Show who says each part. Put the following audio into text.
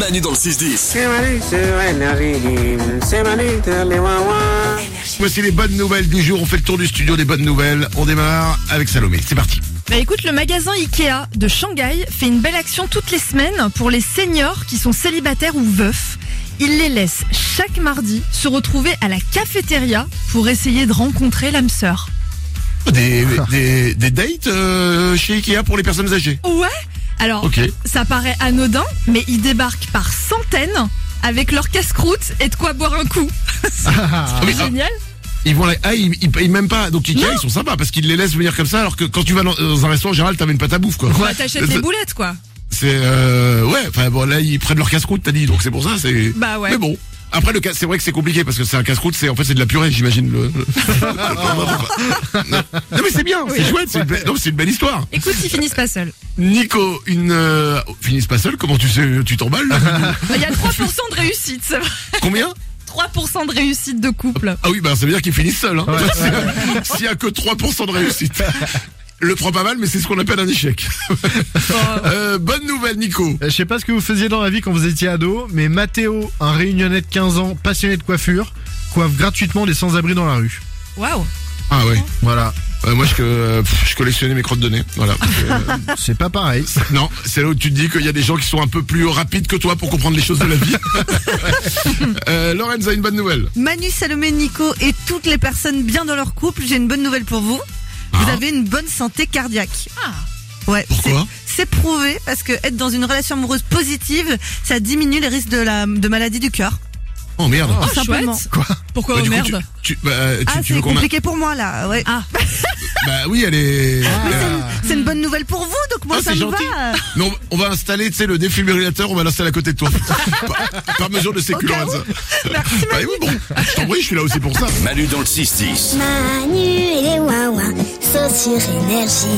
Speaker 1: Manu dans le 6-10.
Speaker 2: C'est Manu sur Énergie. C'est Manu sur les Wawa.
Speaker 3: Voici les bonnes nouvelles du jour. On fait le tour du studio des bonnes nouvelles. On démarre avec Salomé. C'est parti.
Speaker 4: Bah écoute, le magasin Ikea de Shanghai fait une belle action toutes les semaines pour les seniors qui sont célibataires ou veufs. Il les laisse chaque mardi se retrouver à la cafétéria pour essayer de rencontrer l'âme sœur.
Speaker 3: Des, des, des dates euh, chez Ikea pour les personnes âgées.
Speaker 4: Ouais Alors,
Speaker 3: Ok.
Speaker 4: ça paraît anodin, mais ils débarquent par centaines avec leur casse-croûte et de quoi boire un coup.
Speaker 3: Ah, mais,
Speaker 4: C'est
Speaker 3: ah,
Speaker 4: génial
Speaker 3: ils vont là. Ah, ils, ils payent même pas. Donc Ikea,
Speaker 4: Non.
Speaker 3: ils sont sympas parce qu'ils les laissent venir comme ça. Alors que quand tu vas dans, dans un restaurant, en général, t'amènes pas ta bouffe quoi.
Speaker 4: Bah, T'achètes les boulettes, quoi.
Speaker 3: C'est euh, ouais. Enfin bon, là ils prennent leur casse-croûte, t'as dit. Donc c'est pour ça. C'est.
Speaker 4: Bah ouais.
Speaker 3: Mais bon. Après le cas, c'est vrai que c'est compliqué parce que c'est un casse-croûte. C'est en fait c'est de la purée, j'imagine. Le... non mais c'est bien, c'est chouette. C'est une, belle- non, c'est une belle histoire.
Speaker 4: Écoute, ils finissent pas seuls.
Speaker 3: Nico, une euh, finissent pas seul. Comment tu sais Tu t'emballes là
Speaker 4: Bah, Il y a 3% de réussite, c'est vrai.
Speaker 3: Combien
Speaker 4: 3% de réussite de couple.
Speaker 3: Ah oui, bah ça veut dire qu'ils finissent seuls. Hein. S'il y a que 3% de réussite. Le prend pas mal, mais c'est ce qu'on appelle un échec.
Speaker 4: Oh,
Speaker 3: Euh, bonne nouvelle, Nico.
Speaker 5: Euh, Je sais pas ce que vous faisiez dans la vie quand vous étiez ado, mais Mathéo, un réunionnais de 15 ans, passionné de coiffure, coiffe gratuitement les sans-abri dans la rue.
Speaker 4: Waouh
Speaker 3: Ah ouais, voilà. Euh, moi, je, euh, pff, je collectionnais mes crottes de nez. Voilà. Euh,
Speaker 5: C'est pas pareil.
Speaker 3: non, c'est là où tu te dis qu'il y a des gens qui sont un peu plus rapides que toi pour comprendre les choses de la vie. euh, Lorenz a une bonne nouvelle.
Speaker 6: Manu, Salomé, Nico et toutes les personnes bien dans leur couple, j'ai une bonne nouvelle pour vous. Vous
Speaker 3: Ah.
Speaker 6: avez une bonne santé cardiaque.
Speaker 4: Ah.
Speaker 6: Ouais,
Speaker 3: Pourquoi
Speaker 6: c'est- C'est prouvé parce que être dans une relation amoureuse positive, ça diminue les risques de, la, de maladie du cœur.
Speaker 3: Oh merde.
Speaker 4: Oh,
Speaker 6: simplement.
Speaker 4: chouette.
Speaker 3: Quoi
Speaker 4: Pourquoi
Speaker 3: Bah,
Speaker 4: oh
Speaker 3: du coup,
Speaker 4: merde
Speaker 3: Tu, tu- bah, tu-
Speaker 6: Ah,
Speaker 3: tu
Speaker 6: c'est
Speaker 3: veux qu'on a-
Speaker 6: compliqué pour moi là. Ouais.
Speaker 4: Ah,
Speaker 3: Bah oui, elle est.
Speaker 6: Mais c'est une- c'est une, bonne nouvelle pour vous, donc moi
Speaker 3: Ah,
Speaker 6: ça
Speaker 3: c'est
Speaker 6: me
Speaker 3: gentil.
Speaker 6: va.
Speaker 3: Mais on, on va installer, tu sais, le défibrillateur, on va l'installer à côté de toi. par, par mesure de sécurité.
Speaker 6: Au cas où. Merci,
Speaker 3: Bah oui, bon, je t'en prie, je suis là aussi pour ça.
Speaker 1: Manu dans le 6-10.
Speaker 7: Manu et les Wawa, sont sur énergie.